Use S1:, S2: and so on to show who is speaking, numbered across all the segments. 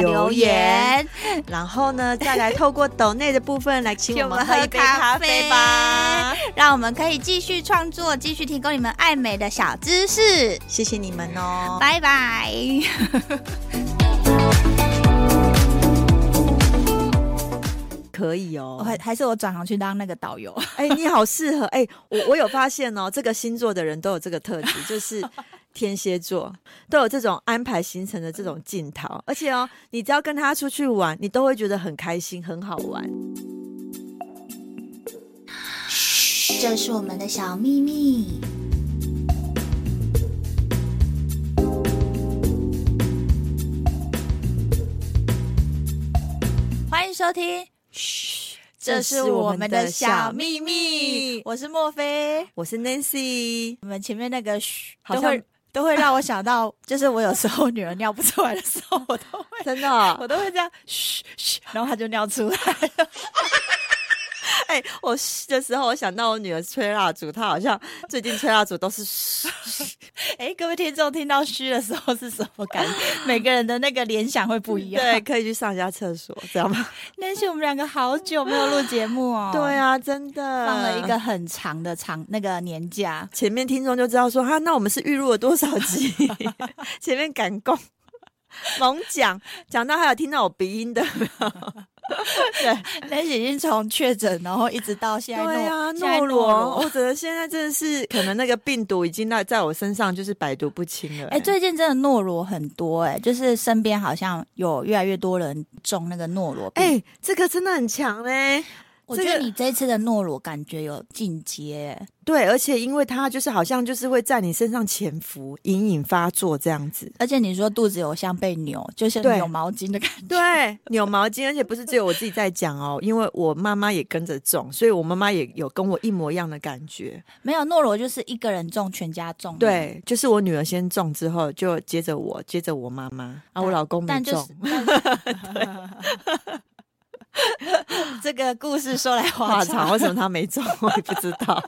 S1: 留言，。然后呢，再来透过抖内的部分来请
S2: 请
S1: 我
S2: 我
S1: 们
S2: 们
S1: 喝
S2: 喝
S1: 一
S2: 一
S1: 杯
S2: 杯
S1: 咖
S2: 咖
S1: 啡
S2: 啡
S1: 吧。
S2: 让我们可以继续创作，继续提供你们爱美的小知识。
S1: 谢谢你们哦。
S2: 拜拜。
S1: 可以哦。
S2: 还还是我转行去当那个导游，
S1: 哎、你好适合哎、我我有发现哦，这个星座的人都有这个特质， 就是天蝎座都有这种安排行程的这种劲头，而且哦，你只要跟他出去玩，你都会觉得很开心，很好玩。
S2: 这是我们的小秘密。欢迎收听，嘘，这是我们的小秘密。我是莫菲。
S1: 我是 Nancy，
S2: 我们前面那个嘘，
S1: 好
S2: 都
S1: 像
S2: 会都会让我想 到，就是我有时候女儿尿不出来的时候，我都会
S1: 真的哦、
S2: 我都会这样嘘嘘，然后她就尿出来。
S1: 哎、我嘘的时候，我想到我女儿吹蜡烛，她好像最近吹蜡烛都是嘘 嘘
S2: 哎，各位听众听到虚的时候是什么感觉？每个人的那个联想会不一样。
S1: 对，可以去上一下厕所，知道吗？
S2: 那是我们两个好久没有录节目哦。
S1: 对，啊，真的
S2: 放了一个。很长的长那个年假。
S1: 前面听众就知道说，哈、啊那我们是预录了多少集？ 前面赶工猛讲，讲到还有听到我鼻音的，
S2: 那已经从确诊，然后一直到现在
S1: 对啊，
S2: 现在
S1: 诺罗，我觉得现在真的是可能那个病毒已经在在我身上就是百毒不侵了、
S2: 哎、最近真的诺罗很多哎、就是身边好像有越来越多人中那个诺罗病。
S1: 哎、这个真的很强嘞、
S2: 我
S1: 这
S2: 觉
S1: 个
S2: 得你这次的诺罗感觉有进阶、哎
S1: 对，而且因为它就是好像就是会在你身上潜伏，隐隐发作这样子。
S2: 而且你说肚子有像被扭，就像
S1: 对
S2: 扭毛巾的感觉。
S1: 对， 扭毛巾，而且不是只有我自己在讲哦，因为我妈妈也跟着中，所以我妈妈也有跟我一模一样的感觉。
S2: 没有诺罗就是一个人中，全家中。
S1: 对，就是我女儿先中之后，就接着我，接着我妈妈啊，
S2: 但
S1: 我老公没
S2: 但就
S1: 中
S2: 是。 这个故事说来
S1: 话
S2: 话长。
S1: 长，为什么他没中？我也不知 道。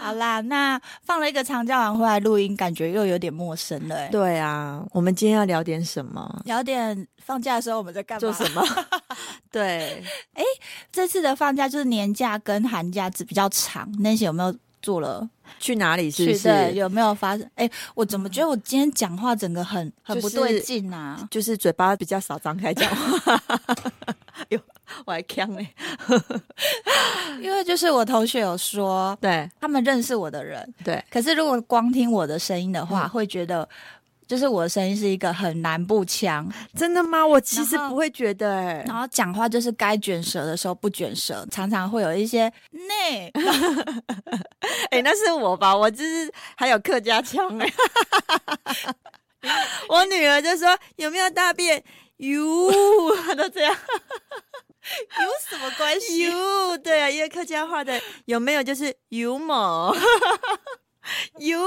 S2: 好啦，那放了一个长假完回来录音，感觉又有点陌生了、欸。
S1: 对啊，我们今天要聊点什么？
S2: 聊点放假的时候我们在干嘛？
S1: 做什么？对，
S2: 这次的放假就是年假跟寒假只比较长，那些有没有做了？
S1: 去哪里？是不
S2: 去的
S1: 是？
S2: 有没有发生？哎、我怎么觉得我今天讲话整个很很不对劲啊？
S1: 就是嘴巴比较少张开讲话。 哟，我还呛欸呢。
S2: 因为就是我同学有说，
S1: 对
S2: 他们认识我的人，
S1: 对，
S2: 可是如果光听我的声音的
S1: 嗯
S2: 话，会觉得就是我的声音是一个很南部腔，
S1: 真的吗？我其实
S2: 然后
S1: 不会觉得哎、
S2: 然后讲话就是该卷舌的时候不卷舌，常常会有一些 内。
S1: 哎、那是我吧？我就是还有客家腔哎、 我女儿就说有没有大便？有，她都这样。
S2: 有什么关？
S1: 有，对啊，因为客家话的有没有就是有某。 有，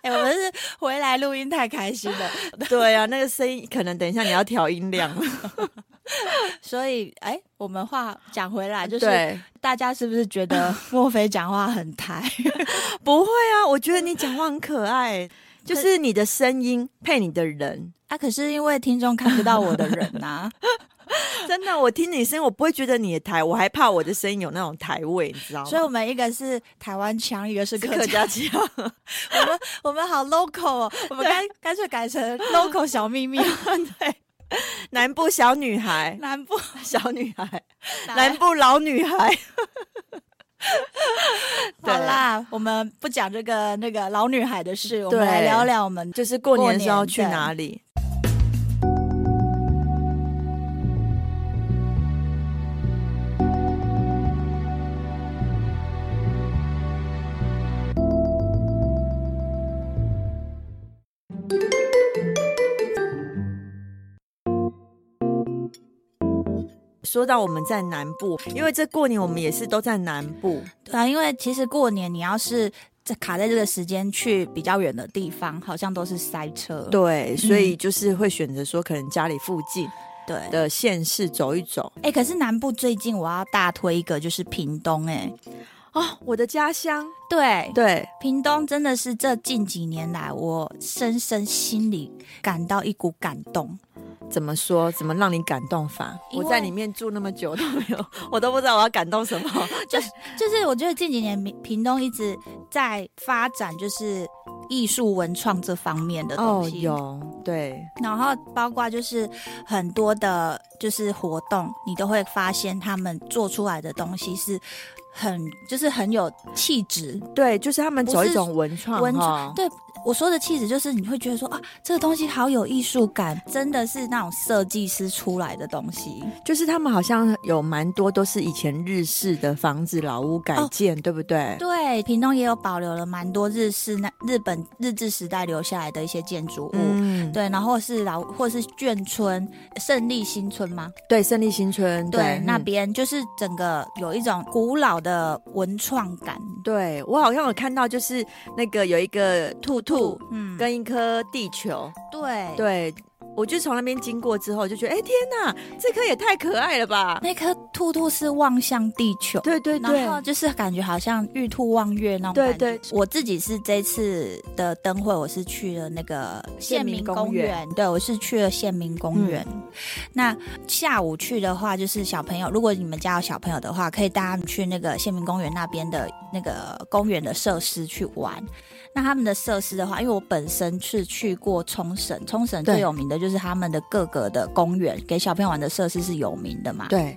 S2: 哎、我们是回来录音太开心了，
S1: 对啊，那个声音可能等一下你要调音量，
S2: 所以哎、我们话讲回来， 就是
S1: 对，
S2: 大家是不是觉得莫非讲话很 台？
S1: 不会啊，我觉得你讲话很可 爱，就是你的声音配你的人，
S2: 啊，可是因为听众看不到我的人啊 呐、
S1: 真的，我听你声音，我不会觉得你的台，我还怕我的声音有那种台味，你知道吗？
S2: 所以我们一个是台湾腔，一个是
S1: 是
S2: 客
S1: 客
S2: 家。
S1: 家腔，
S2: 我们我们好 local 哦，我们干干脆改成 local 小秘密，
S1: 南部小女孩，
S2: 南部
S1: 小女孩，
S2: 南
S1: 南部老女孩。对
S2: 好，啦，我们不讲这个那个老女孩的事，我们
S1: 对
S2: 来聊聊我们
S1: 就是过年的时候
S2: 过年
S1: 去
S2: 对
S1: 哪里？说到我们在南部，因为这过年我们也是都在南部，
S2: 对啊，因为其实过年你要是这卡在这个时间去比较远的地方，好像都是塞车。
S1: 对，所以就是会选择说，可能家里附近
S2: 对，哎、
S1: 的县市走一走。
S2: 可是南部最近我要大推一个，就是屏东、哎，
S1: 哦，我的家乡，
S2: 对，
S1: 对，
S2: 屏东真的是这近几年来，我深深心里感到一股感动。
S1: 怎么说？怎么让你感动法？
S2: 因
S1: 我
S2: 为
S1: 在里面住那么久都没有， 我都不知道我要感动什么。
S2: 就是我觉得近几年屏屏东一直在发展，就是艺术文创这方面的东
S1: 哦，
S2: 西。
S1: 有对，
S2: 然后包括就是很多的，就是活动，你都会发现他们做出来的东西是很，就是很有气质。
S1: 对，就是他们
S2: 不
S1: 走一
S2: 是
S1: 种文创，
S2: 文
S1: 创
S2: 对我说的气质，就是你会觉得说啊，这个东西好有艺术感，真的是那种设计师出来的东西。
S1: 就是他们好像有蛮多都是以前日式的房子老屋改
S2: 哦
S1: 建，对不对？
S2: 对，屏东也有保留了蛮多日式那日本日治时代留下来的一些建筑物。
S1: 嗯，
S2: 对，然后是老，或是眷村、胜利新村吗？
S1: 对，胜利新村，
S2: 对，那
S1: 嗯
S2: 边就是整个有一种古老的文创感。
S1: 嗯对我好像有看到，就是那个有一个兔兔，
S2: 嗯，
S1: 跟一颗地球，
S2: 对，
S1: 对我就从那边经过之后就觉得，哎、天哪，这颗也太可爱了吧！
S2: 那颗兔兔是望向地球，
S1: 对对对
S2: 然后就是感觉好像玉兔望月那种
S1: 对
S2: 感觉。
S1: 对
S2: 我自己是这次的灯会，我是去了那个
S1: 县
S2: 县
S1: 民
S2: 民
S1: 公
S2: 公
S1: 园嗯
S2: 园，对我是去了县民公园。那下午去的话，就是小朋友，如果你们家有小朋友的话，可以带他们去那个县民公园那边的那个公园的设施去玩。那他们的设施的话，因为我本身是去过冲绳，冲绳
S1: 对
S2: 最有名的就是他们的各个的公园，给小朋友玩的设施是有名的嘛。
S1: 对，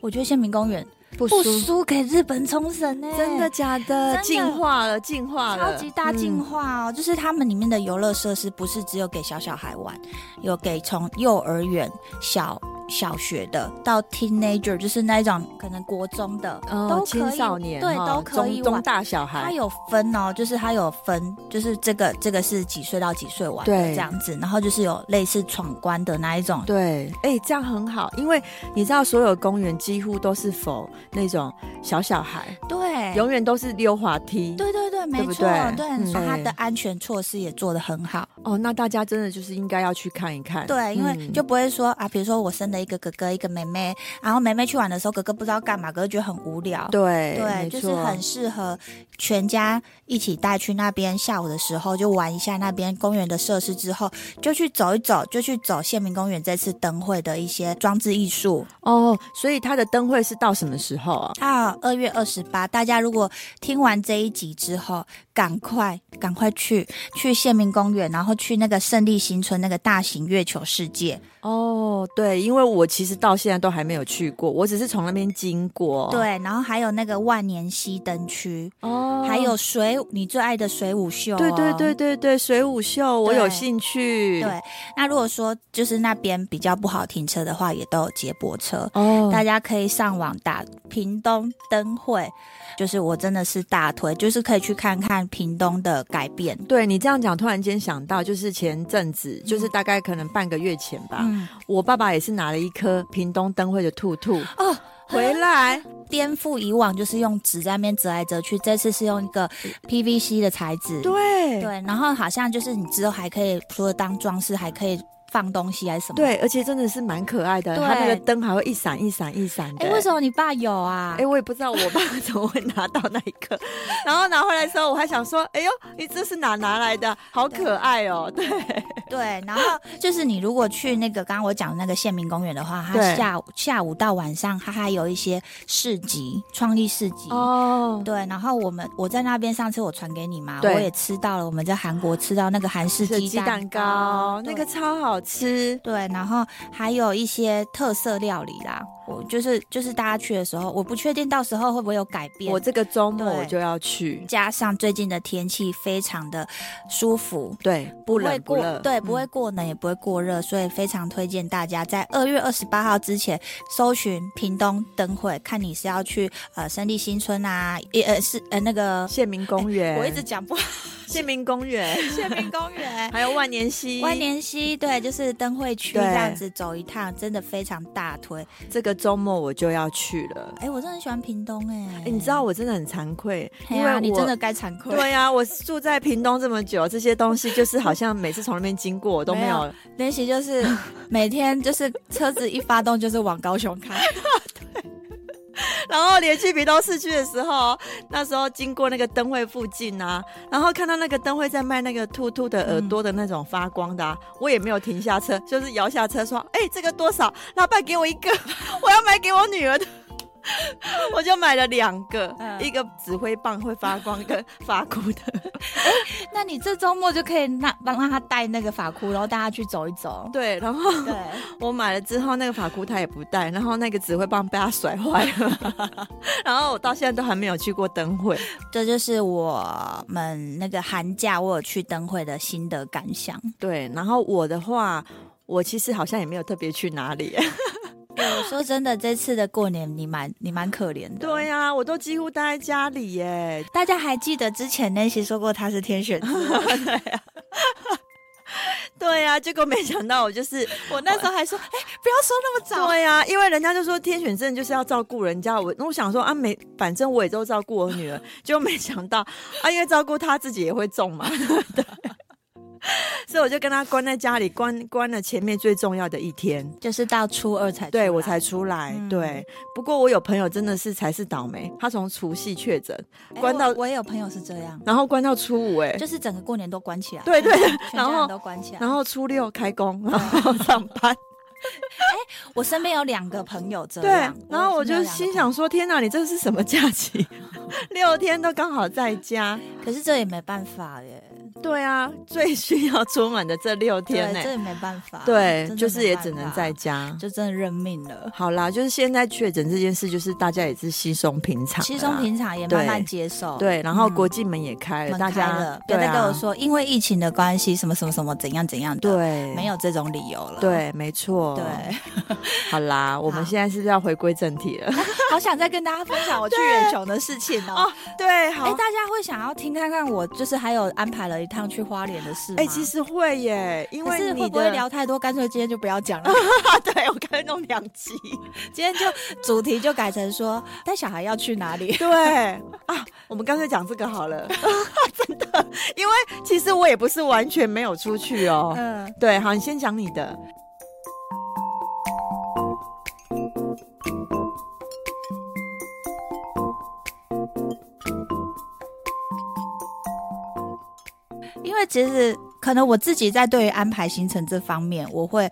S2: 我觉得县民公园
S1: 不
S2: 不
S1: 输，
S2: 输给日本冲绳呢，
S1: 真的。假的？
S2: 真的
S1: 进化了，进化了，
S2: 超级大进
S1: 嗯
S2: 化哦！就是他们里面的游乐设施不是只有给小小孩玩，有给从幼儿园、小小学的到 teenager，就是那一种可能国中的、
S1: 哦，
S2: 都可以
S1: 青少年
S2: 对
S1: 哈
S2: 都可以
S1: 中中
S2: 玩。
S1: 大小
S2: 它
S1: 孩，
S2: 有分哦，就是它有分，就是这个这个是几岁到几岁玩的
S1: 对
S2: 这样子，然后就是有类似闯关的那一种，
S1: 对，哎、这样很好，因为你知道，所有公园几乎都是否那种小小孩，
S2: 对，
S1: 永远都是溜滑梯。
S2: 哎对对对，没
S1: 不
S2: 错，
S1: 对
S2: 对，
S1: 嗯
S2: 所以它的安全措施也做得很好。
S1: 哦，那大家真的就是应该要去看一看。
S2: 对，因为
S1: 嗯
S2: 就不会说啊，比如说我生了一个哥哥，一个妹妹，然后妹妹去玩的时候，哥哥不知道干嘛，哥哥觉得很无聊。
S1: 对
S2: 对，
S1: 没
S2: 就是
S1: 错
S2: 很适合全家一起带去那边，下午的时候就玩一下那边公园的设施，之后就去走一走，就去走县民公园这次灯会的一些装置艺术。
S1: 哦，所以它的灯会是到什么时候啊？
S2: 啊，二月二十八，大家如果听完这一集之后，赶快赶快去去县民公园，然后去那个胜利新村那个大型月球世界。
S1: 哦，对，因为我其实到现在都还没有去过，我只是从那边经过。，
S2: 对，然后还有那个万年溪灯区，
S1: 哦，
S2: 还有水你最爱的水舞秀、哦。
S1: 对对对对对，水舞秀我有
S2: 对
S1: 兴趣。
S2: 对。那如果说就是那边比较不好停车的话，也都有接驳车。
S1: 哦，
S2: 大家可以上网打屏东灯会，就是我真的是大推，就是可以去看看屏东的改变。
S1: 对你这样讲，突然间想到，就是前阵子，就是大概可能半个月前吧，
S2: 嗯，
S1: 我爸爸也是拿了一颗屏东灯会的兔兔
S2: 哦，
S1: 回 来，
S2: 颠覆以往就是用纸在那边折来折去，这次是用一个 PVC 的材质。
S1: 对
S2: 对，然后好像就是你之后还可以除了当装饰，还可以放东西还是什么。
S1: 对，而且真的是蛮可爱的，
S2: 对
S1: 它那个灯还会一闪一闪一闪的。
S2: 哎、为什么你爸有啊？
S1: 哎、我也不知道我爸怎么会拿到那一个， 然后拿回来的时候，我还想说，哎呦，你这是哪拿来的？好可爱哦！对，
S2: 对，然后就是你如果去那个刚刚我讲的那个县民公园的话，
S1: 对
S2: 它下午下午到晚上，它还有一些市集，创意市集。
S1: 哦，
S2: 对，然后我们我在那边上次我传给你嘛，我
S1: 对
S2: 也吃到了，我们在韩国吃到那个韩式
S1: 是
S2: 鸡
S1: 鸡蛋糕，那
S2: 对
S1: 个超好吃。
S2: 对，然后还有一些特色料理啦。我就是就是大家去的时候，我不确定到时候会不会有改变。
S1: 我这个周末
S2: 对
S1: 我就要去，
S2: 加上最近的天气非常的舒服，
S1: 对，不冷不
S2: 会过
S1: 热，
S2: 对，不会
S1: 嗯
S2: 过冷也不会过热，所以非常推荐大家在二月二十八号之前搜寻屏东灯会，看你是要去呃三立新村啊，也呃是呃那个，
S1: 县民公园，
S2: 我一直讲不好，
S1: 县民公园，
S2: 县民公 园。
S1: 还有万年溪，
S2: 万年溪对，就是灯会区
S1: 对
S2: 这样子走一趟，真的非常大推。
S1: 这个个周末我就要去了。
S2: 哎、我真的很喜欢屏东哎、
S1: 哎，你知道我真的很惭愧，
S2: 嘿
S1: 因
S2: 啊，
S1: 为我
S2: 你真的该惭愧。
S1: 对呀、我住在屏东这么久，这些东西就是好像每次从那边经过我都没
S2: 没
S1: 有。
S2: 练习就是每天就是车子一发动就是往高雄开，
S1: 然后连去屏东市区的时候，那时候经过那个灯会附近啊，然后看到那个灯会在卖那个兔兔的耳朵的那种发光的、啊，我也没有停下车，就是摇下车说：“哎、这个多少？老板给我一个， 我要买给我女儿的。”我就买了两个，
S2: 嗯
S1: 一个指挥棒会发光跟发箍的，
S2: 那你这周末就可以让让让他带那个发箍，然后带他去走一走。
S1: 对，然后
S2: 对，
S1: 我买了之后，那个法箍他也不戴，然后那个指挥棒被他甩坏了， 然后我到现在都还没有去过灯会。
S2: 这就是我们那个寒假我有去灯会的心得感想。
S1: 对，然后我的话，我其实好像也没有特别去哪里。
S2: 我说真的，这次的过年你蛮你蛮可怜的。
S1: 对、啊呀、我都几乎待在家里耶。
S2: 大家还记得之前那些说过他是天选之人
S1: 对呀、结果没想 到我就是
S2: 我那时候还说，哎、不要说那么早。
S1: 对呀、因为人家就说天选症就是要照顾人家，我那我想说啊，没，反正我也都照顾我女儿，就没想到啊，因为照顾她自己也会中嘛， 对。所以我就跟她关在家里，关关了前面最重要的一天，
S2: 就是到初二才出
S1: 对
S2: 来
S1: 我才出来。
S2: 嗯
S1: 对，不过我有朋友真的是才是倒霉，他从除夕确诊，
S2: 哎
S1: 关到
S2: 我我也有朋友是这样，
S1: 然后关到初五、哎，
S2: 就是整个过年都关起来，
S1: 对对
S2: 全家
S1: 然后
S2: 人都关起来。
S1: 然后初六开工，
S2: 嗯
S1: 然后上班。
S2: 我身边有两个朋友这
S1: 对
S2: 样，，
S1: 然后我
S2: 身边有
S1: 就
S2: 两个
S1: 心
S2: 朋友
S1: 想，说：天哪，你这是什么假期？ 六天都刚好在家。
S2: 可是这也没办法耶，
S1: 对啊，最需要出门的这六天呢、
S2: 对，这也没办法，
S1: 对
S2: 真，的
S1: 就是
S2: 没
S1: 也
S2: 办
S1: 只能
S2: 法
S1: 在，家。
S2: 就真的认命了，
S1: 好啦，就是现在确诊这件事，就是大家也是稀松平常，
S2: 稀松。平常也慢慢接受，
S1: 对，然后
S2: 嗯
S1: 国际门也开了，
S2: 门
S1: 大
S2: 开
S1: 家
S2: 了，不
S1: 对
S2: 要再跟
S1: 啊
S2: 我说因为疫情的关系什么什么什么怎样怎样的，
S1: 对，
S2: 没有这种理由了，
S1: 对，哦没错。
S2: 对，
S1: 好啦，我们
S2: 好
S1: 现在是不是要回归正题 了？
S2: 好想再跟大家分享我去远雄的事情哦
S1: 哦。对，
S2: 哎、大家会想要听看看我就是还有安排了一趟去花莲的事吗？
S1: 哎、其实会耶，因
S2: 可
S1: 为
S2: 是
S1: 你
S2: 会不会
S1: 的啊
S2: 聊太多？干脆今天就不要讲了，
S1: 对，我刚才弄两集。
S2: 今天就主题就改成说带小孩要去哪里。
S1: 对啊，我们干脆讲这个 好了，真的，因为其实我也不是完全没有出去哦。
S2: 嗯，
S1: 对，好，你先讲你的。
S2: 因为其实可能我自己在对于安排行程这方面，我会。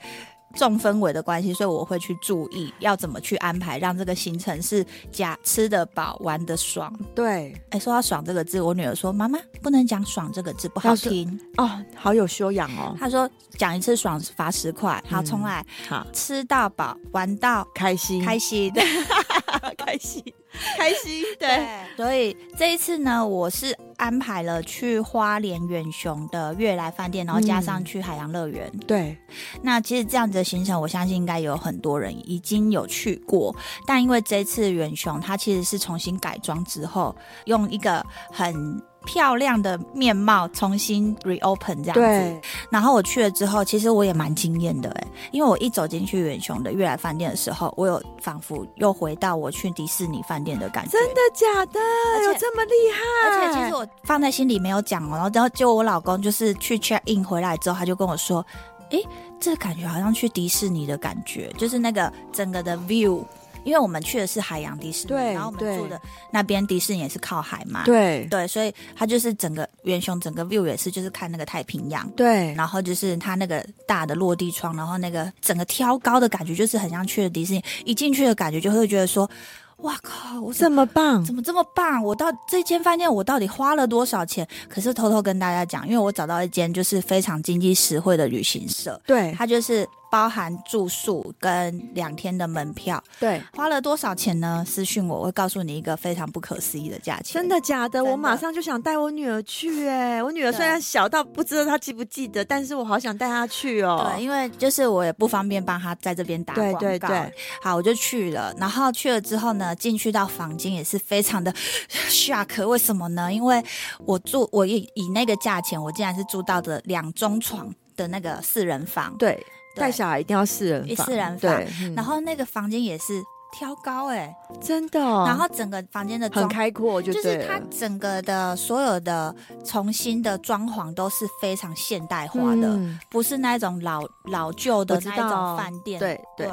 S2: 重氛围的关系，所以我会去注意要怎么去安排，让这个行程是假吃得饱、玩得爽。
S1: 对，
S2: 哎、说到“爽”这个字，我女儿说：“妈妈不能讲‘爽’这个字，不好
S1: 要是
S2: 听。
S1: 哦，好有修养哦”，
S2: 她说：“讲一次‘爽’罚十块。”好，
S1: 嗯
S2: 重来，
S1: 好，
S2: 吃到饱，玩到
S1: 开心，
S2: 开心。
S1: 开心，开心，对，
S2: 对，所以这一次呢，我是安排了去花莲远雄的悦来饭店，然后加上去海洋乐园。
S1: 对，
S2: 那其实这样子的行程，我相信应该有很多人已经有去过，但因为这次远雄它其实是重新改装之后，用一个很。漂亮的面貌重新 reopen 这样子，
S1: 对，
S2: 然后我去了之后，其实我也蛮惊艳的哎，因为我一走进去远雄的悦来饭店的时候，我有仿佛又回到我去迪士尼饭店的感觉，
S1: 真的假的？
S2: 且
S1: 有这么厉害？
S2: 而且其
S1: 嗯
S2: 实我放在心里没有讲哦，然后然后结果我老公就是去 check in 回来之后，他就跟我说：“诶，这感觉好像去迪士尼的感觉，就是那个整个的 view。”因为我们去的是海洋迪士尼，
S1: 对
S2: 然后我们
S1: 对
S2: 住的那边迪士尼也是靠海嘛，
S1: 对
S2: 对，所以它就是整个远雄整个 view 也是就是看那个太平洋，
S1: 对
S2: 然后就是它那个大的落地窗，然后那个整个挑高的感觉，就是很像去了迪士尼，一进去的感觉就会觉得说，哇靠，我怎么
S1: 这么棒，
S2: 怎么这么棒？我到这间饭店我到底花了多少钱？可是偷偷跟大家讲，因为我找到一间就是非常经济实惠的旅行社，
S1: 对
S2: 它就是包含住宿跟两天的门票，
S1: 对。
S2: 花了多少钱呢？私信我，我会告诉你一个非常不可思议的价钱。
S1: 真的假的？
S2: 真的
S1: 我马上就想带我女儿去哎、我女儿
S2: 对
S1: 虽然小到不知道她记不记得，但是我好想带她去哦、
S2: 对，因为就是我也不方便帮他在这边打广
S1: 对
S2: 告。
S1: 对对，
S2: 好，我就去了。然后去了之后呢，进去到房间也是非常的 shock。为什么呢？因为我住我以以那个价钱，我竟然是住到的两中床的那个四人房。
S1: 对，
S2: 对
S1: 带小孩一定要四人
S2: 一
S1: 房，
S2: 四人房
S1: 对，嗯
S2: 然后那个房间也是挑高哎、
S1: 真的哦、
S2: 然后整个房间的
S1: 很
S2: 装。
S1: 开阔就
S2: 就
S1: 对
S2: 是它
S1: 了，
S2: 整个的所有的重新的装潢都是非常现代化的，
S1: 嗯
S2: 不是那种老老旧的
S1: 我知
S2: 那
S1: 道
S2: 一种饭店。
S1: 对对，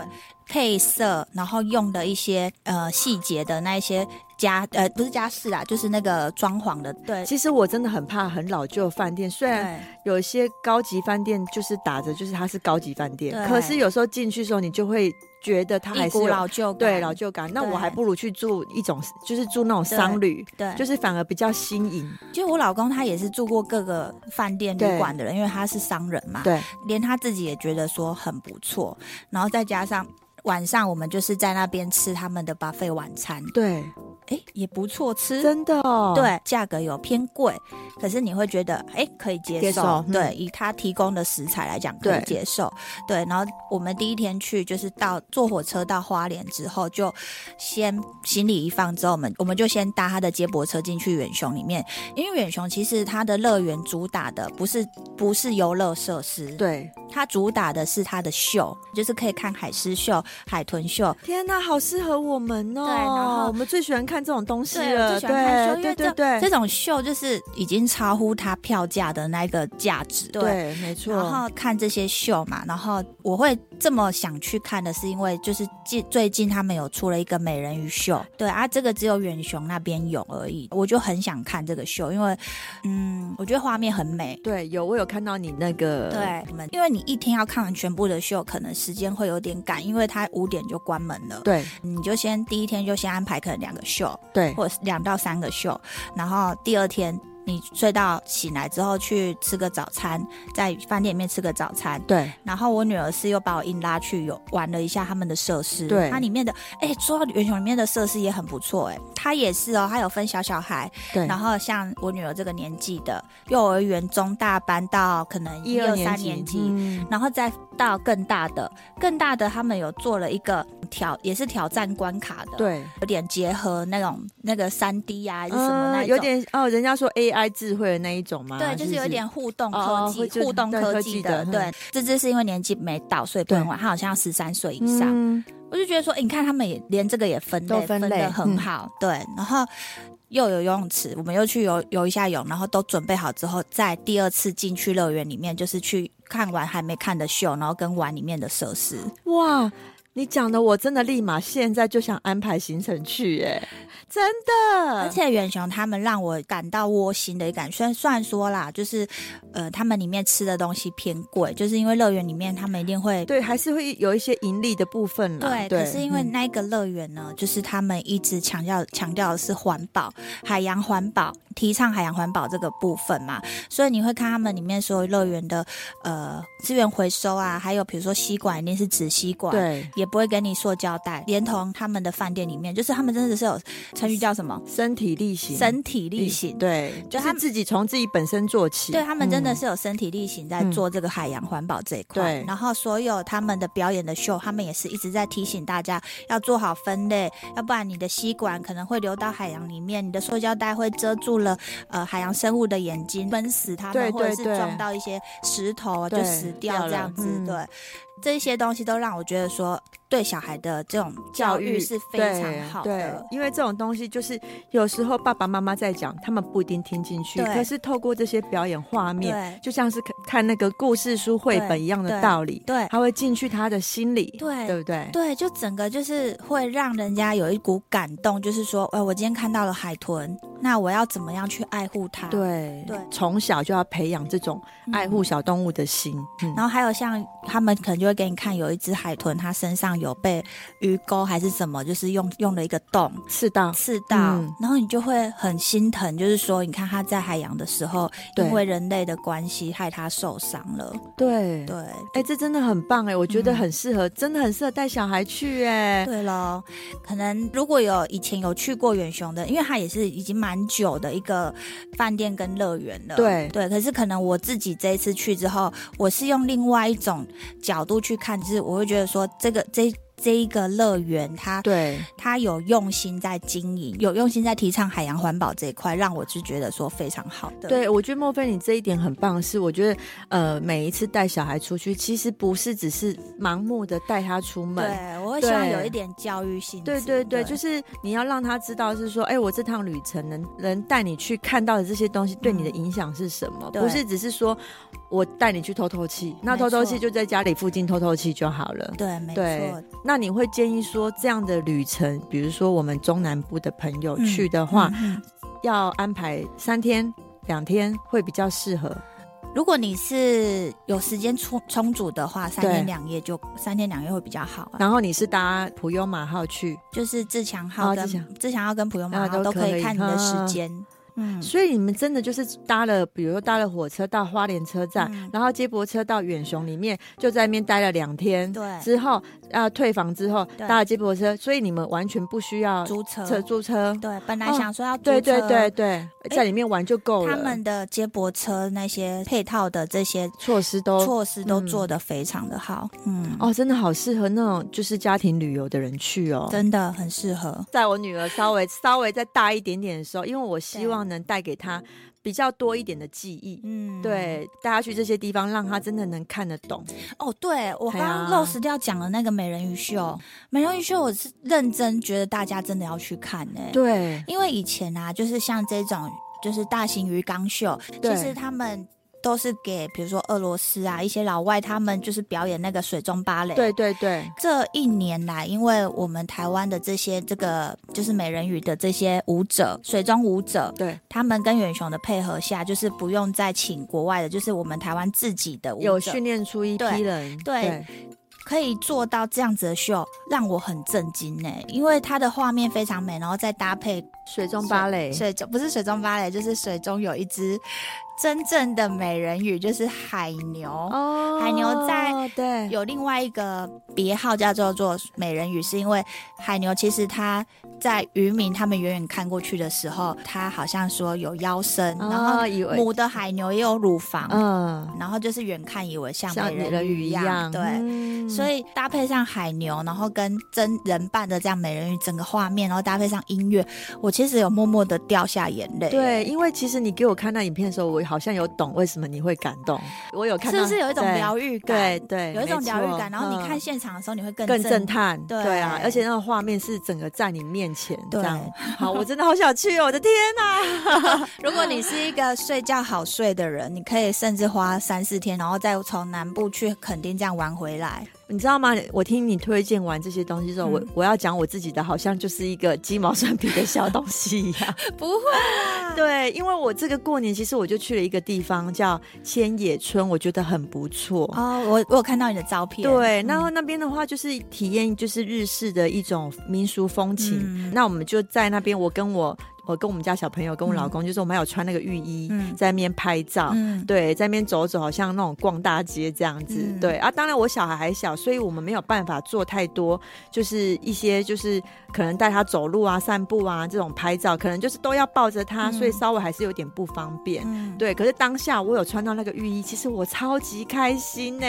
S2: 配色，然后用的一些呃细节的那一些家呃不是家饰啊，就是那个装潢的嗯对。
S1: 其实我真的很怕很老旧的饭店，虽然
S2: 对
S1: 有些高级饭店就是打着就是它是高级饭店
S2: 对，
S1: 可是有时候进去的时候你就会觉得它还
S2: 一
S1: 是
S2: 股
S1: 有
S2: 老旧感，
S1: 对老旧感，那
S2: 对
S1: 我还不如去住一种就是住那种商旅，
S2: 对，就
S1: 就是反而比较新颖。
S2: 就我老公他也是住过各个饭店旅
S1: 对
S2: 馆的人，因为他是商人嘛，
S1: 对，
S2: 连他自己也觉得说很不错，然后再加上晚上我们就是在那边吃他们的 buffet 晚餐，
S1: 对，
S2: 哎也不错吃，
S1: 真的、哦，，
S2: 对，价格有偏贵，可是你会觉得哎、诶可以接受，
S1: 接受嗯
S2: 对，以他提供的食材来讲可以
S1: 对
S2: 接受，对。然后我们第一天去就是到坐火车到花莲之后，就先行李一放之后，我们我们就先搭他的接驳车进去远雄里面，因为远雄其实它的乐园主打的不是不是游乐设施，，
S1: 对，
S2: 它主打的是它的秀，就是可以看海狮秀、海豚秀，
S1: 天哪，好适合我们哦！
S2: 对然后
S1: 我们最喜欢看这种东西
S2: 对，我最
S1: 了，
S2: 喜欢看秀，
S1: 对
S2: 因为
S1: 对
S2: 这
S1: 对对
S2: 这种秀就是已经超乎它票价的那个价值。
S1: 对，没
S2: 然
S1: 错，
S2: 后看这些秀嘛，然后我会这么想去看的是因为就是近最近他们有出了一个美人鱼秀，对啊，这个只有远雄那边有而已，我就很想看这个秀，因为嗯，我觉得画面很美。
S1: 对，有我有看到你那个，
S2: 对，我们因为你一天要看完全部的秀，可能时间会有点赶，因为它五点就关门了。
S1: 对
S2: 你就先第一天就先安排可能两个秀，
S1: 对
S2: 或者是两到三个秀，然后第二天你睡到醒来之后去吃个早餐，在饭店里面吃个早餐。
S1: 对
S2: 然后我女儿是又把我硬拉去有玩了一下他们的设施，
S1: 对
S2: 它里面的，哎，说到圆球里面的设施也很不错，哎，它也是哦，它有分小小孩，
S1: 对，
S2: 然后像我女儿这个年纪的幼儿园中大班到可能一二三年级，
S1: 嗯
S2: 然后再到更大的，更大的他们有做了一个挑，也是挑战关卡的，，
S1: 对，
S2: 有点结合那种那个三 D 啊，还是什么那
S1: 嗯，
S2: 一种。
S1: 有点哦，人家说 AI 智慧的那一种吗？
S2: 对，就是有
S1: 不
S2: 一点互动科技，
S1: 啊哦会
S2: 互动
S1: 对
S2: 科
S1: 科
S2: 技
S1: 技
S2: 的。
S1: 的
S2: 对
S1: 嗯，
S2: 这只是因为年纪没到，所以不能
S1: 对
S2: 玩。他好像要十三岁以上，
S1: 嗯
S2: 我就觉得说，诶你看他们也连这个也分
S1: 都
S2: 类，
S1: 分
S2: 分
S1: 类
S2: 的很
S1: 嗯
S2: 好。对，然后又有游泳池，我们又去游游一下泳，然后都准备好之后，再第二次进去乐园里面，就是去看完还没看的秀，然后跟玩里面的设施。
S1: 哇。你讲的我真的立马现在就想安排行程去哎、真的，
S2: 而且远雄他们让我感到窝心的一感，虽然虽然说啦，就是呃，他们里面吃的东西偏贵，就是因为乐园里面他们一定会。
S1: 对还是会有一些盈利的部分啦。
S2: 对，可是因为
S1: 嗯
S2: 那个乐园呢，就是他们一直强调强调的是环保、海洋环保，提倡海洋环保这个部分嘛，所以你会看他们里面所有乐园的呃资源回收啊，还有比如说吸管一定是纸吸管，，
S1: 对
S2: 也不会给你塑胶袋，连同他们的饭店里面，就是他们真的是有成语叫什么
S1: 身体力行，
S2: 身体力行，
S1: 对，
S2: 就
S1: 就
S2: 他
S1: 是自己从自己本身做起。
S2: 对他们真的
S1: 嗯
S2: 是有身体力行在
S1: 嗯
S2: 做这个海洋环保这一块，
S1: 对
S2: 然后所有他们的表演的秀，他们也是一直在提醒大家要做好分类，要不然你的吸管可能会流到海洋里面，你的塑胶袋会遮住了呃海洋生物的眼睛，闷死它们，
S1: 对
S2: 或者
S1: 对
S2: 是
S1: 对
S2: 撞到一些石头啊就
S1: 对
S2: 死掉
S1: 掉
S2: 这样
S1: 了
S2: 子，
S1: 嗯
S2: 对。这些东西都让我觉得说，对小孩的这种教育是非
S1: 对
S2: 常好
S1: 对
S2: 的，，
S1: 因为这种东西就是有时候爸爸妈妈在讲，他们不一定听进去，
S2: 对
S1: 可是透过这些表演画面，
S2: 对
S1: 就像是看看那个故事书绘本一样
S2: 对
S1: 的道理，
S2: 对
S1: 他会进去他的心里，
S2: 对
S1: 对不对？
S2: 对，就整个就是会让人家有一股感动，就是说，哎，我今天看到了海豚，那我要怎么样去爱护它？，
S1: 对
S2: 对
S1: 从小就要培养这种爱护。小动物的心。嗯
S2: 然后还有像他们可能就会给你看，有一只海豚，它身上有被鱼钩还是什么，就是用用了一个洞
S1: 是的，
S2: 刺到，
S1: 嗯
S2: 然后你就会很心疼，就是说，你看它在海洋的时候，
S1: 对
S2: 因为人类的关系害它受伤了。
S1: 对
S2: 对，
S1: 哎、这真的很棒哎、我觉得
S2: 嗯
S1: 很适合，真的很适合带小孩去哎、
S2: 对喽，可能如果有以前有去过远雄的，因为它也是已经蛮久的一个饭店跟乐园了。
S1: 对
S2: 对，可是可能我自己这一次去之后，我是用另外一种角度去看，就是我会觉得说这个这。这一个乐园，它
S1: 对，
S2: 它有用心在经营，有用心在提倡海洋环保这一块，让我是觉得说非常好的。
S1: 对，我觉得莫非你这一点很棒，是我觉得呃，每一次带小孩出去，其实不是只是盲目的带他出
S2: 对
S1: 门，，
S2: 我我会希望
S1: 对
S2: 有一点教育性质。
S1: 对对对，就是你要让他知道，是说，哎，我这趟旅程能能带你去看到的这些东西，对你的影响是什
S2: 嗯
S1: 么？
S2: 对
S1: 不是只是说我带你去透透气，那
S2: 没
S1: 透透气
S2: 错
S1: 就在家里附近透透气就好了。
S2: 对，没
S1: 对
S2: 错。嗯
S1: 那你会建议说，这样的旅程，比如说我们中南部的朋友
S2: 嗯
S1: 去的话，
S2: 嗯嗯
S1: 要安排三天、两天会比较适合。
S2: 如果你是有时间充充足的话，三
S1: 对
S2: 天两夜就三天两夜会比较好、啊。
S1: 然后你是搭普悠玛号去，
S2: 就是自强号
S1: 哦
S2: 跟、
S1: 自强
S2: 自强号跟普悠玛
S1: 啊
S2: 号
S1: 都
S2: 都可
S1: 可
S2: 以
S1: 以
S2: 看你的
S1: 啊
S2: 时间。嗯，
S1: 所以你们真的就是搭了，比如说搭了火车到花莲车站，
S2: 嗯
S1: 然后接驳车到远雄里面，就在那边待了两天。
S2: 对
S1: 之后啊、退房之后
S2: 对
S1: 搭了接驳车，所以你们完全不需要
S2: 租车
S1: 车租车。
S2: 对，本来
S1: 哦
S2: 想说要租车，
S1: 对对对对，在里面玩就够了。
S2: 他们的接驳车那些配套的这些
S1: 措施都
S2: 措施都
S1: 嗯
S2: 做得非常的好，嗯，
S1: 哦，真的好适合那种就是家庭旅游的人去哦。
S2: 真的很适合。
S1: 在我女儿稍微稍微再大一点点的时候，因为我希望能带给她比较多一点的记忆，
S2: 嗯，
S1: 对，带她去这些地方，让她真的能看得懂。
S2: 哦，对我刚
S1: 对啊
S2: 刚漏失掉讲了那个美人鱼秀，美人鱼秀我是认真觉得大家真的要去看欸呢、
S1: 对，
S2: 因为以前啊，就是像这种就是大型鱼缸秀，其
S1: 对
S2: 实他们都是给比如说俄罗斯啊一些老外他们就是表演那个水中芭蕾，
S1: 对对对，
S2: 这一年来，因为我们台湾的这些这个就是美人鱼的这些舞者，水中舞者，
S1: 对，
S2: 他们跟远雄的配合下，就是不用再请国外的，就是我们台湾自己的舞者，
S1: 有训练出一
S2: 对
S1: 批人，
S2: 对可以做到这样子的秀，让我很震惊呢、因为它的画面非常美，然后再搭配
S1: 水中芭蕾，
S2: 水中不是水中芭蕾，就是水中有一只真正的美人鱼，就是海牛。
S1: 哦
S2: 海牛在
S1: 对
S2: 有另外一个别号叫做做美人鱼，是因为海牛其实它在渔民他们远远看过去的时候，它好像说有腰身，然后
S1: 哦以为
S2: 母的海牛也有乳房，
S1: 嗯，
S2: 然后就是远看以为像
S1: 像
S2: 美
S1: 美
S2: 人
S1: 人
S2: 鱼
S1: 鱼
S2: 一
S1: 一
S2: 样，
S1: 样，
S2: 对。
S1: 嗯
S2: 所以搭配上海牛，然后跟真人扮的这样美人鱼整个画面，然后搭配上音乐，我其实有默默的掉下眼泪。
S1: 对，，因为其实你给我看那影片的时候，我好像有懂为什么你会感动，我有看到，
S2: 是不是有一种
S1: 对
S2: 疗愈感？
S1: 对对，
S2: 有一种
S1: 没
S2: 疗愈
S1: 错
S2: 感。然后你
S1: 嗯
S2: 看现场的时候，你会更
S1: 更
S2: 震
S1: 震撼，
S2: 对
S1: 对啊，而且那个画面是整个在你面前
S2: 对
S1: 这样。好，我真的好想去哦，我的天呐、
S2: 如果你是一个睡觉好睡的人，你可以甚至花三四天，然后再从南部去垦丁这样玩回来。
S1: 你知道吗？我听你推荐完这些东西之后，我
S2: 嗯
S1: 我要讲我自己的，好像就是一个鸡毛蒜皮的小东西一样。
S2: 不会，啊
S1: 对，因为我这个过年其实我就去了一个地方叫千野村，我觉得很不错。
S2: 哦，我我有看到你的照片。
S1: 对，
S2: 嗯
S1: 然后那边的话就是体验就是日式的一种民俗风情。
S2: 嗯
S1: 那我们就在那边，我跟我我跟我们家小朋友跟我老公，就是我们还有穿那个浴衣，
S2: 嗯
S1: 在那边拍照。
S2: 嗯，
S1: 对，在那边走走，好像那种逛大街这样子。
S2: 嗯
S1: 对啊，当然我小孩还小，所以我们没有办法做太多，就是一些就是可能带他走路啊、散步啊这种拍照，可能就是都要抱着他，
S2: 嗯
S1: 所以稍微还是有点不方便。
S2: 嗯，
S1: 对，可是当下我有穿到那个浴衣，其实我超级开心呢、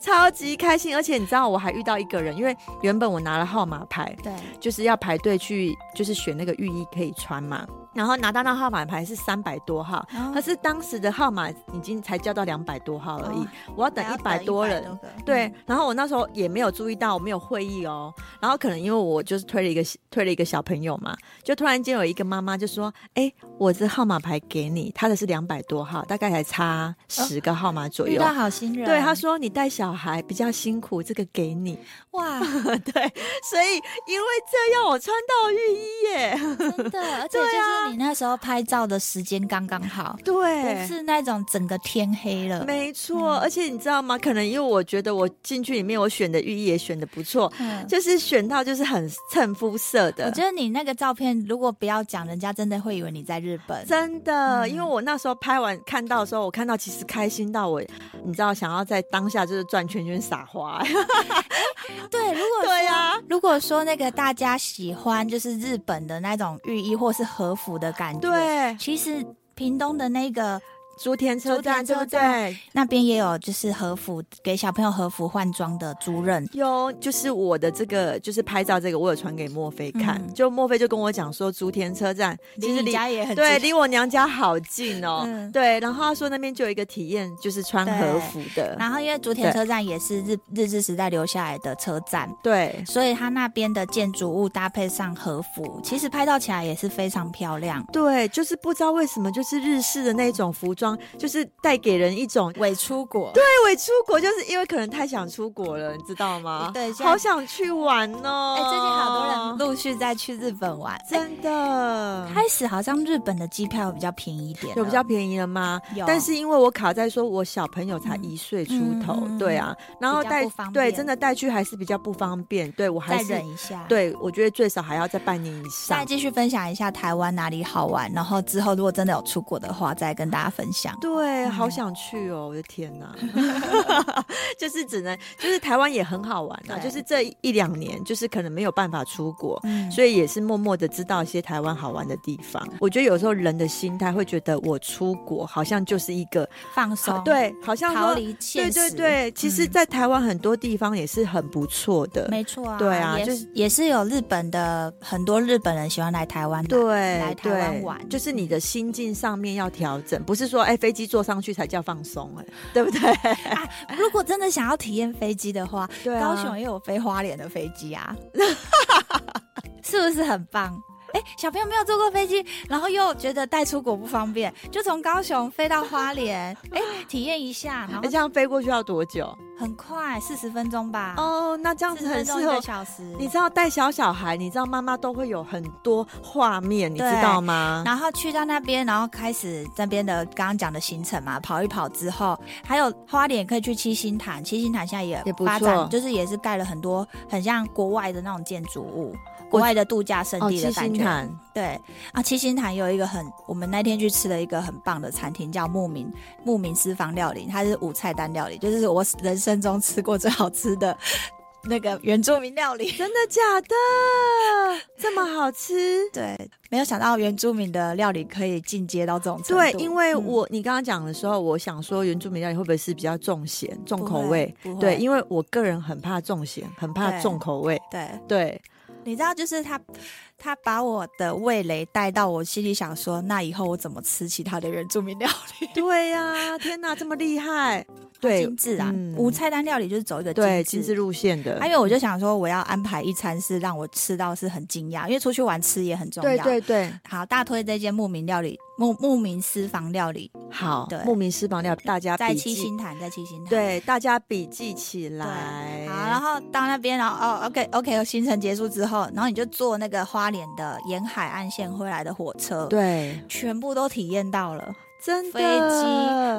S1: 超级开心。而且你知道，我还遇到一个人，因为原本我拿了号码牌，
S2: 对，
S1: 就是要排队去，就是选那个浴衣可以穿嘛。然后拿到那号码牌是三百多号，
S2: 然
S1: 可是当时的号码已经才叫到两百多号而已，
S2: 哦
S1: 我要等一百多嗯人。
S2: 嗯
S1: 对，，然后我那时候也没有注意到，我没有会议哦。然后可能因为我就是推了一个推了一个小朋友嘛，就突然间有一个妈妈就说：“哎，我这号码牌给你，他的是两百多号，大概才差十个号码左
S2: 遇
S1: 右。
S2: 到好心人。
S1: 对，他说你带小孩比较辛苦，这个给你。
S2: 哇，
S1: 对，所以因为这样我穿到浴衣耶。
S2: 真的， 而且就是你那时候拍照的时间刚刚好，不
S1: 啊 对，
S2: 是那种整个天黑了。
S1: 没错。
S2: 嗯
S1: 而且你知道吗？可能因为我觉得我进去里面，我选的浴衣也选的不错，
S2: 嗯，
S1: 就是选到就是很衬肤色的。
S2: 我觉得你那个照片如果不要讲，人家真的会以为你在日本。
S1: 真的，
S2: 嗯
S1: 因为我那时候拍完看到的时候，我看到其实开心到我，你知道，想要在当下就是转圈圈撒花。 啊
S2: 对，啊如果
S1: 对啊呀、
S2: 如果说那个大家喜欢就是日本的那种浴衣或是和服的感觉，，
S1: 对
S2: 其实屏东的那个
S1: 竹田车站，
S2: 竹
S1: 对
S2: 田
S1: 不
S2: 车
S1: 对
S2: 站？那边也有就是和服给小朋友和服换装的租赁，
S1: 有，就是我的这个，就是拍照这个，我有传给墨菲看，
S2: 嗯
S1: 就墨菲就跟我讲说，竹田车站其实
S2: 离你家也很
S1: 对，
S2: 近
S1: 离我娘家好近哦。
S2: 嗯
S1: 对，然后他说那边就有一个体验，就是穿和服的。
S2: 然后因为竹田
S1: 对
S2: 车站也是日日治时代留下来的车站，
S1: 对，
S2: 所以它那边的建筑物搭配上和服，其实拍照起来也是非常漂亮，
S1: 对，就是不知道为什么，就是日式的那种服装，就是带给人一种
S2: 伪出国。对，
S1: 对，出国就是因为可能太想出国了，你知道吗？
S2: 对现在
S1: 哦好想去玩哦。
S2: 哎、最近好多人陆续在去日本玩。哎
S1: 真的。
S2: 开始好像日本的机票比较便宜一点了，
S1: 有比较便宜了吗？
S2: 有
S1: 但是因为我卡在说，我小朋友才一岁出头，
S2: 嗯嗯嗯
S1: 对啊，然后
S2: 比较
S1: 带
S2: 不方
S1: 对
S2: 便
S1: 真的带去还是比较不方便，对我还
S2: 再
S1: 是
S2: 忍一下。。
S1: 对我觉得最少还要再半年以
S2: 再
S1: 上。
S2: 继续分享一下台湾哪里好玩，然后之后如果真的有出国的话，再跟大家分享。
S1: 对，
S2: 嗯
S1: 好想去哦！我的天 哪，就是只能，就是台湾也很好玩啊，
S2: 对
S1: 就是这一两年，就是可能没有办法出国，
S2: 嗯，
S1: 所以也是默默的知道一些台湾好玩的地方。我觉得有时候人的心态会觉得，我出国好像就是一个
S2: 放松，，
S1: 对，好像说
S2: 逃离现
S1: 对
S2: 实，
S1: 对对，其实，
S2: 嗯
S1: 在台湾很多地方也是很不错的。
S2: 没错啊，
S1: 对啊
S2: 也
S1: 就是
S2: 也是有日本的很多日本人喜欢来台湾的，
S1: 对
S2: 来台湾玩
S1: 就是你的心境上面要调整，不是说哎飞机坐上去才叫放松哎，对 不对？
S2: 啊。如果真的想要体验飞机的话，
S1: 对啊
S2: 高雄也有飞花莲的飞机啊， 是不是很棒？哎，小朋友没有坐过飞机，然后又觉得带出国不方便，就从高雄飞到花 莲，哎，体验一下，然后
S1: 哎这样飞过去要多久？
S2: 很快，四十分钟吧。
S1: 哦，那这样
S2: 四
S1: 子
S2: 十
S1: 很
S2: 分
S1: 适
S2: 钟一
S1: 合
S2: 个。小时。
S1: 你知道带小小孩，你知道妈妈都会有很多画面，你知
S2: 对
S1: 道吗？
S2: 然后去到那边，然后开始那边的刚刚讲的行程嘛，跑一跑之后，还有花莲可以去七星潭，七星潭现在也
S1: 也不
S2: 发
S1: 错
S2: 展，就是也是盖了很多很像国外的那种建筑物，国外的度假胜
S1: 哦，
S2: 地
S1: 七
S2: 的感
S1: 星
S2: 觉。
S1: 潭，
S2: 对啊，七星潭有一个很，我们那天去吃了一个很棒的餐厅，叫牧民牧民私房料理，它是五菜单料理，就是我人生中吃过最好吃的那个原住民料理。
S1: 真的假的？这么好吃？
S2: 对，没有想到原住民的料理可以进阶到这种程度。
S1: 对，因为
S2: 嗯
S1: 我、你刚刚讲的时候，我想说原住民料理会不会是比较重咸、重口味？
S2: 不会
S1: 对，
S2: 为
S1: 因为我个人很怕重咸，很怕
S2: 对
S1: 重口味。
S2: 对，
S1: 对，
S2: 你知道，就是他，他把我的味蕾带到我心里，想说，那以后我怎么吃其他的原住民料理？
S1: 对呀、天哪，这么厉害！对，
S2: 精致啊，
S1: 嗯
S2: 无菜单料理就是走一个
S1: 对
S2: 精
S1: 精
S2: 致
S1: 致。路线的
S2: 啊，因。为我就想说，我要安排一餐是让我吃到是很惊讶，因为出去玩吃也很重要。
S1: 对对对，
S2: 好，大推这间牧民料理，牧牧民私房料理，
S1: 好
S2: 对，
S1: 牧民私房料，大家
S2: 在
S1: 笔
S2: 七
S1: 记，
S2: 星潭，在七星潭。
S1: 对，大家笔记起来。
S2: 好，然后到那边，然后哦，OK OK，行程结束之后，然后你就坐那个花莲的沿海岸线回来的火车，，
S1: 对，
S2: 全部都体验到了，
S1: 真的
S2: 飞机，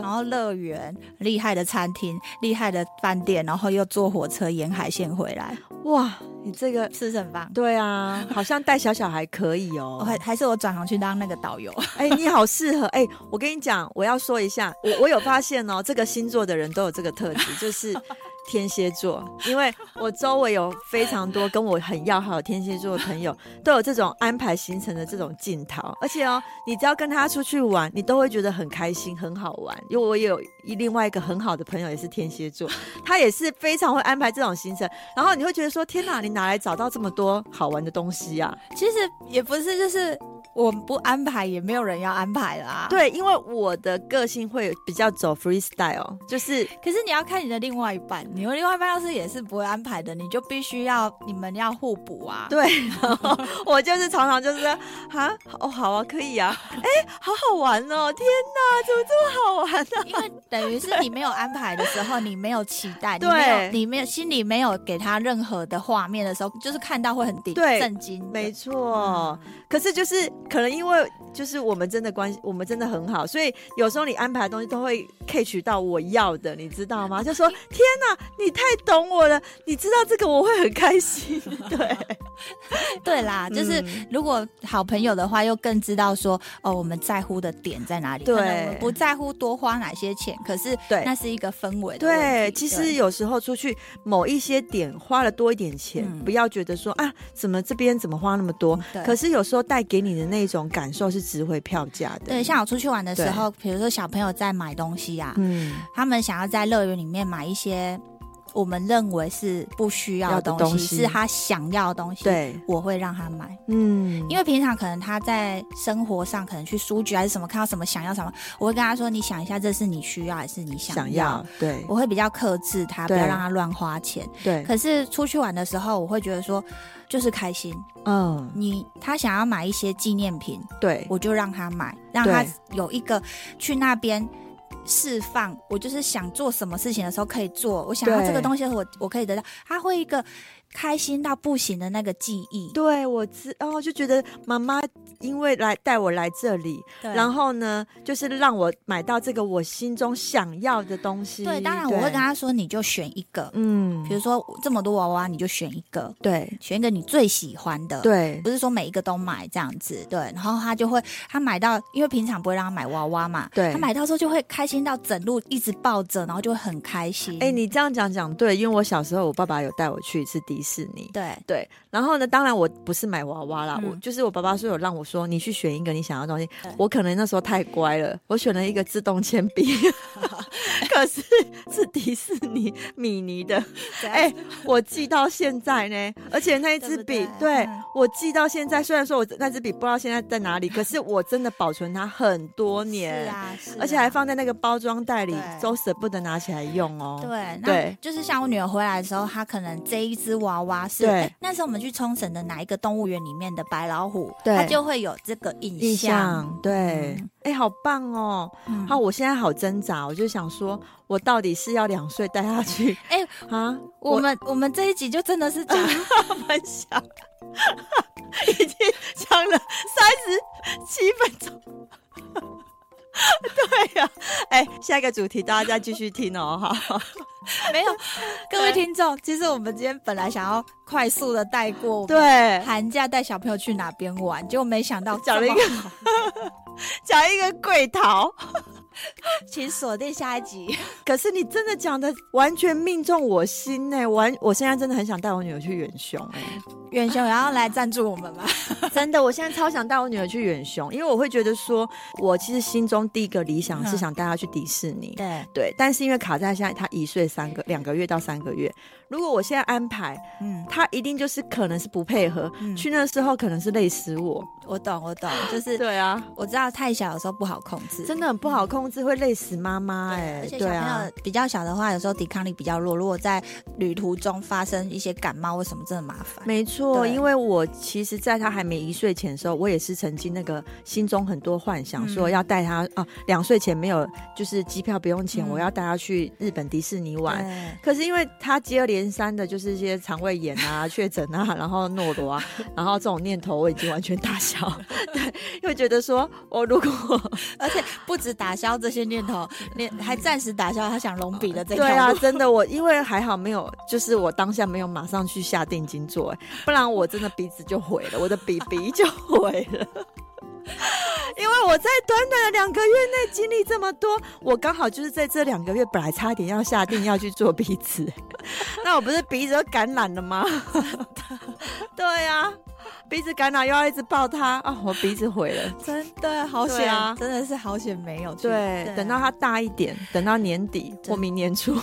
S2: 然后乐园，厉害的餐厅，厉害的饭店，然后又坐火车沿海线回来，
S1: 哇，你这个
S2: 是不是很棒？
S1: 对啊，好像带小小孩可以哦
S2: 我。还还是我转行去当那个导游，
S1: 哎、你好适合哎、我跟你讲，我要说一下，我我有发现哦，这个星座的人都有这个特质，就是天蝎座，因为我周围有非常多跟我很要好的天蝎座的朋友，都有这种安排行程的这种劲头，而且哦，你只要跟他出去玩，你都会觉得很开心，很好玩。因为我也有一另外一个很好的朋友也是天蝎座，他也是非常会安排这种行程，然后你会觉得说，天哪，你哪来找到这么多好玩的东西呀、啊？
S2: 其实也不是，就是我不安排，也没有人要安排啦。。
S1: 对，因为我的个性会比较走 freestyle，就是
S2: 可是你要看你的另外一半，你的另外一半要是也是不会安排的，你就必须要你们要互补啊。
S1: 对，然后我就是常常就是啊，哦，好啊，可以啊，哎，好好玩哦，天哪，怎么这么好玩啊呢、
S2: 因为等于是你没有安排的时候，你没有期待，你
S1: 对
S2: 没有，你没有心里没有给他任何的画面的时候，就是看到会很顶
S1: 对
S2: 震惊的。
S1: 没错，可是就是可能因为就是我们真的关系，我们真的很好，所以有时候你安排的东西都会 catch 到我要的，你知道吗？就说天哪，你太懂我了，你知道这个我会很开心，对，
S2: 对啦， 就是。
S1: 嗯
S2: 如果好朋友的话，又更知道说哦，我们在乎的点在哪里。
S1: 对
S2: 可能我们不在乎多花哪些钱，可是
S1: 对
S2: 那是一个氛围的问题。
S1: 对，其实有时候出去某一些点花了多一点钱，
S2: 嗯
S1: 不要觉得说啊，怎么这边怎么花那么多？
S2: 对
S1: 可是有时候带给你的那种感受是是值回票价的。
S2: 对，像我出去玩的时
S1: 对
S2: 候，比如说小朋友在买东西啊，
S1: 嗯，
S2: 他们想要在乐园里面买一些我们认为是不需要
S1: 要
S2: 的
S1: 的
S2: 东
S1: 东西
S2: 是他想要的东西，，
S1: 对，
S2: 我会让他买。
S1: 嗯，
S2: 因为平常可能他在生活上，可能去书局还是什么看到什么想要什么，我会跟他说：“你想一下，这是你需要还是你想要？”
S1: 想要，对
S2: 我会比较克制他，不
S1: 对
S2: 要让他乱花钱。
S1: 对，
S2: 可是出去玩的时候，我会觉得说，就是开心。
S1: 嗯，
S2: 你他想要买一些纪念品，
S1: 对，
S2: 我就让他买，让他
S1: 对
S2: 有一个去那边释放。我就是想做什么事情的时候可以做，我想要
S1: 对
S2: 这个东西我我可以得到，他会一个开心到不行的那个记忆。
S1: 对我知，哦，就觉得妈妈因为来带我来这里，
S2: 对
S1: 然后呢，就是让我买到这个我心中想要的东西。
S2: 对，当然我会跟，他说，你就选一个，
S1: 嗯，
S2: 比如说这么多娃娃，你就选一个，
S1: 对
S2: 选一个你最喜欢的。。
S1: 对
S2: 不是说每一个都买这样子，对，然后他就会，他买到，因为平常不会让他买娃娃嘛，
S1: 对
S2: 他买到之后就会开心到整路一直抱着，然后就会很开心。
S1: 哎、你这样讲讲对，因为我小时候我爸爸有带我去一次迪士尼。
S2: 对
S1: 对，然后呢？当然我不是买娃娃啦，
S2: 嗯
S1: 我就是我爸爸说有让我说你去选一个你想要的东西
S2: 对，
S1: 我可能那时候太乖了，我选了一个自动铅 笔，可是是迪士尼米妮的，哎、我记到现在呢，而且那一支笔，
S2: 对不对嗯
S1: 我记到现在。虽然说我那支笔不知道现在在哪里，可是我真的保存它很多年，
S2: 是啊，是啊
S1: 而且还放在那个包装袋里
S2: 对，
S1: 都舍不得拿起来用哦。
S2: 对，那
S1: 对
S2: 就是像我女儿回来的时候，她可能这一只娃娃是
S1: 对
S2: 哎那时候我们去冲绳的哪一个动物园里面的白老虎，
S1: 对
S2: 她就会有这个印
S1: 印象对，哎、
S2: 嗯
S1: 好棒哦！
S2: 嗯
S1: 好、我现在好挣扎，我就想说，我到底是要两岁带他去，
S2: 哎
S1: 啊，
S2: 我们我们这一集就真的 是讲
S1: 分享， 已经讲了三十七分钟。 对呀、哎、下一个主题大家再继续听哦，哈。
S2: 没有，各位听众，其实我们今天本来想要快速的带过，，
S1: 对，
S2: 寒假带小朋友去哪边玩，结果没想到
S1: 讲了一个
S2: 这么好，
S1: 讲一个贵桃，
S2: 请锁定下一集。
S1: 可是你真的讲的完全命中我心呢、完，我现在真的很想带我女儿去远雄哎、
S2: 远雄，然后来赞助我们吧。
S1: 真的，我现在超想带我女儿去远雄，因为我会觉得说，我其实心中第一个理想是想带她去迪士尼。
S2: 对，
S1: 对，但是因为卡在现在她一岁三个两个月到三个月，如果我现在安排，
S2: 嗯，
S1: 她一定就是可能是不配合，
S2: 嗯
S1: 去那时候可能是累死我。
S2: 我懂，我懂，就是
S1: 对啊，
S2: 我知道太小的时候不好控制，
S1: 真的很不好控制，会累死妈妈哎、
S2: 而且小
S1: 对
S2: 朋
S1: 啊
S2: 友，比较小的话，有时候抵抗力比较弱，如果在旅途中发生一些感冒或什么，真的麻烦。
S1: 没错，
S2: 对
S1: 因为我其实在她还没一岁前的时候，我也是曾经那个心中很多幻想，
S2: 嗯
S1: 说要带她啊，两岁前没有就是机票不用钱，
S2: 嗯
S1: 我要带她去日本迪士尼玩。
S2: 对
S1: 可是因为她接二连三的，就是一些肠胃炎 啊、确诊啊，然后诺罗啊，然后这种念头我已经完全打消。 对，因为觉得说我如果
S2: 而且不止打消这些念头，连还暂时打消他想隆鼻的这条
S1: 对
S2: 路。
S1: 啊，真的我因为还好没有，就是我当下没有马上去下定金做、哎 不然我真的鼻子就毁了，我的鼻鼻就毁了。 因为我在短短的两个月内经历这么多，我刚好就是在这两个月本来差点要下定要去做鼻子， 那我不是鼻子都感染了吗？ 对呀、啊，鼻子感染又要一直抱它啊、我鼻子毁了。
S2: 真的好
S1: 对
S2: 险、
S1: 啊
S2: 真的是好险没有去。
S1: 对，
S2: 啊
S1: 等到他大一点，等到年底
S2: 对
S1: 或明年初，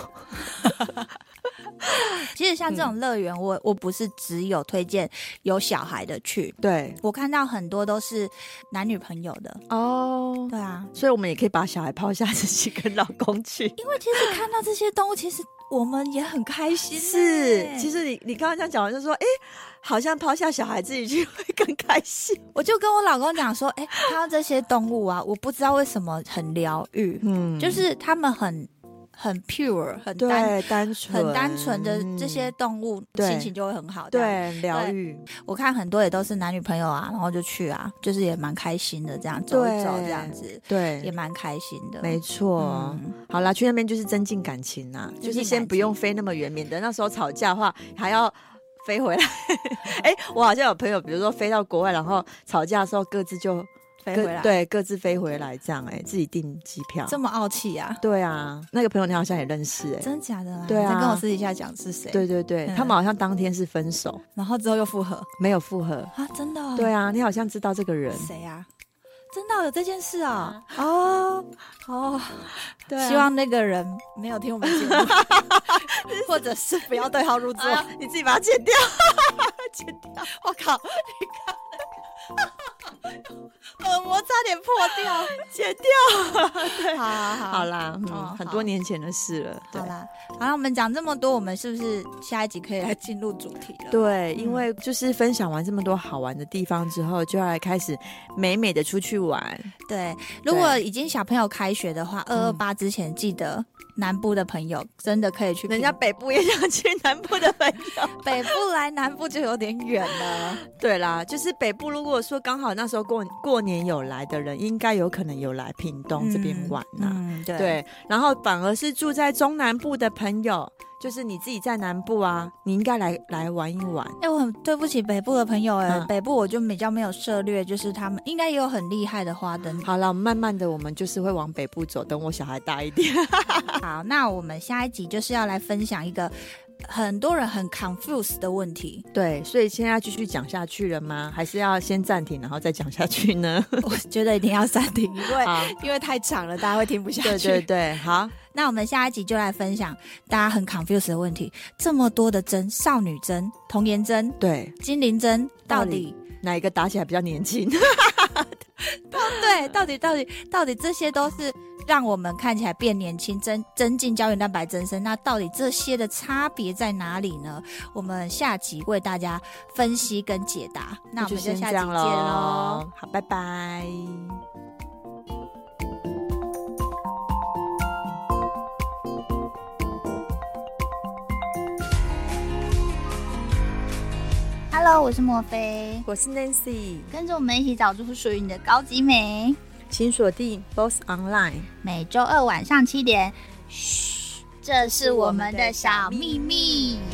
S2: 其实像这种乐园，我我不是只有推荐有小孩的去，
S1: 对
S2: 我看到很多都是男女朋友的。
S1: 哦
S2: 对啊，
S1: 所以我们也可以把小孩抛下自己跟老公 去。
S2: 因为其实看到这些动物，其实我们也很开心、
S1: 是，其
S2: 实
S1: 实你你刚刚这样讲完就说，哎、好像抛下小孩自己去会更开 心。
S2: 我就跟我老公讲说，哎、看到这些动物啊，我不知道为什么很疗愈，
S1: 嗯
S2: 就是他们很很 pure，很单
S1: 对单纯
S2: 很单纯的这些动物，
S1: 对
S2: 心情就会很好。这样，
S1: 对疗愈，
S2: 我看很多也都是男女朋友啊，然后就去啊，就是也蛮开心的，这样走一走，
S1: 对
S2: 这样子也
S1: 对，
S2: 蛮开心的。
S1: 没错。
S2: 嗯，
S1: 好啦，去那边就是增进感情啦，
S2: 增进
S1: 就是先不用飞那么远，免得那时候吵架的话还要 飞回来。 哎、我好像有朋友，比如说飞到国外，然后吵架的时候各自就
S2: 飞
S1: 各
S2: 回来，，
S1: 对各自飞回来，这样哎、自己订机票。
S2: 这么傲气啊？
S1: 对啊，那个朋友你好像也认识哎、
S2: 真假的啦？
S1: 对啊
S2: 你再跟我私底下讲是谁，
S1: 对对对，
S2: 嗯
S1: 他们好像当天是分手，
S2: 然后之后又复合
S1: 没有复合。
S2: 啊？真的、哦？
S1: 对啊，你好像知道这个人，
S2: 谁啊？真的哦有这件事啊、
S1: 哦，
S2: 哦！
S1: 对啊
S2: 希望那个人没有听我们节目，或者是不要对号入座。
S1: 啊你自己把它剪掉，剪掉。
S2: 我靠！你看那个耳膜差点破掉。
S1: 剪掉。
S2: 好好好
S1: 好啦，
S2: 哦
S1: 嗯，很多
S2: 好
S1: 年前的事了。对
S2: 好啦，好了，我们讲这么多，我们是不是下一集可以来进入主题了？，
S1: 对，因
S2: 嗯
S1: 为就是分享完这么多好玩的地方之后，就要来开始美美的出去玩。
S2: 对，如果已经小朋友开学的话，二二八之前记得。南部的朋友真的可以去，
S1: 人家北部也想去南部的朋友。
S2: 北部来南部就有点远了。
S1: 对啦，就是北部，如果说刚好那时候过过年有来的人，应该有可能有来屏东这边玩呐、
S2: 嗯，对
S1: 对，然后反而是住在中南部的朋友，就是你自己在南部啊，你应该来来玩一玩。
S2: 哎、我很对不起北部的朋友哎、
S1: 嗯
S2: 北部我就比较没有涉略，就是他们应该也有很厉害的花灯。
S1: 好了，慢慢的我们就是会往北部走，等我小孩大一 点。
S2: 好，那我们下一集就是要来分享一个很多人很 confuse 的问题。
S1: 对，所以现在要继续讲下去了吗？还是要先暂停，然后再讲下去 呢？
S2: 我觉得一定要暂停，因为
S1: 好，
S2: 因为太长了，大家会听不下去。
S1: 对对对，好，
S2: 那我们下一集就来分享大家很 confuse 的问题。这么多的针，少女针、童颜针、
S1: 对，
S2: 精灵针，到
S1: 到
S2: 底
S1: 底哪一个打起来比较年轻？
S2: 对，到底到底到底这些都是让我们看起来变年轻、增增进胶原蛋白增生，那到底这些的差别在哪里呢？我们下集为大家分析跟解答。那我们就
S1: 先
S2: 下
S1: 这
S2: 集见
S1: 样
S2: 喽。
S1: 喽，好，拜拜。
S3: Hello，我是莫菲，
S1: 我是 Nancy，
S3: 跟着我们一起找出属于你的高级美。
S1: 请锁定 Boss Online。
S3: 每周二晚上七点，嘘，这是我们的小秘密。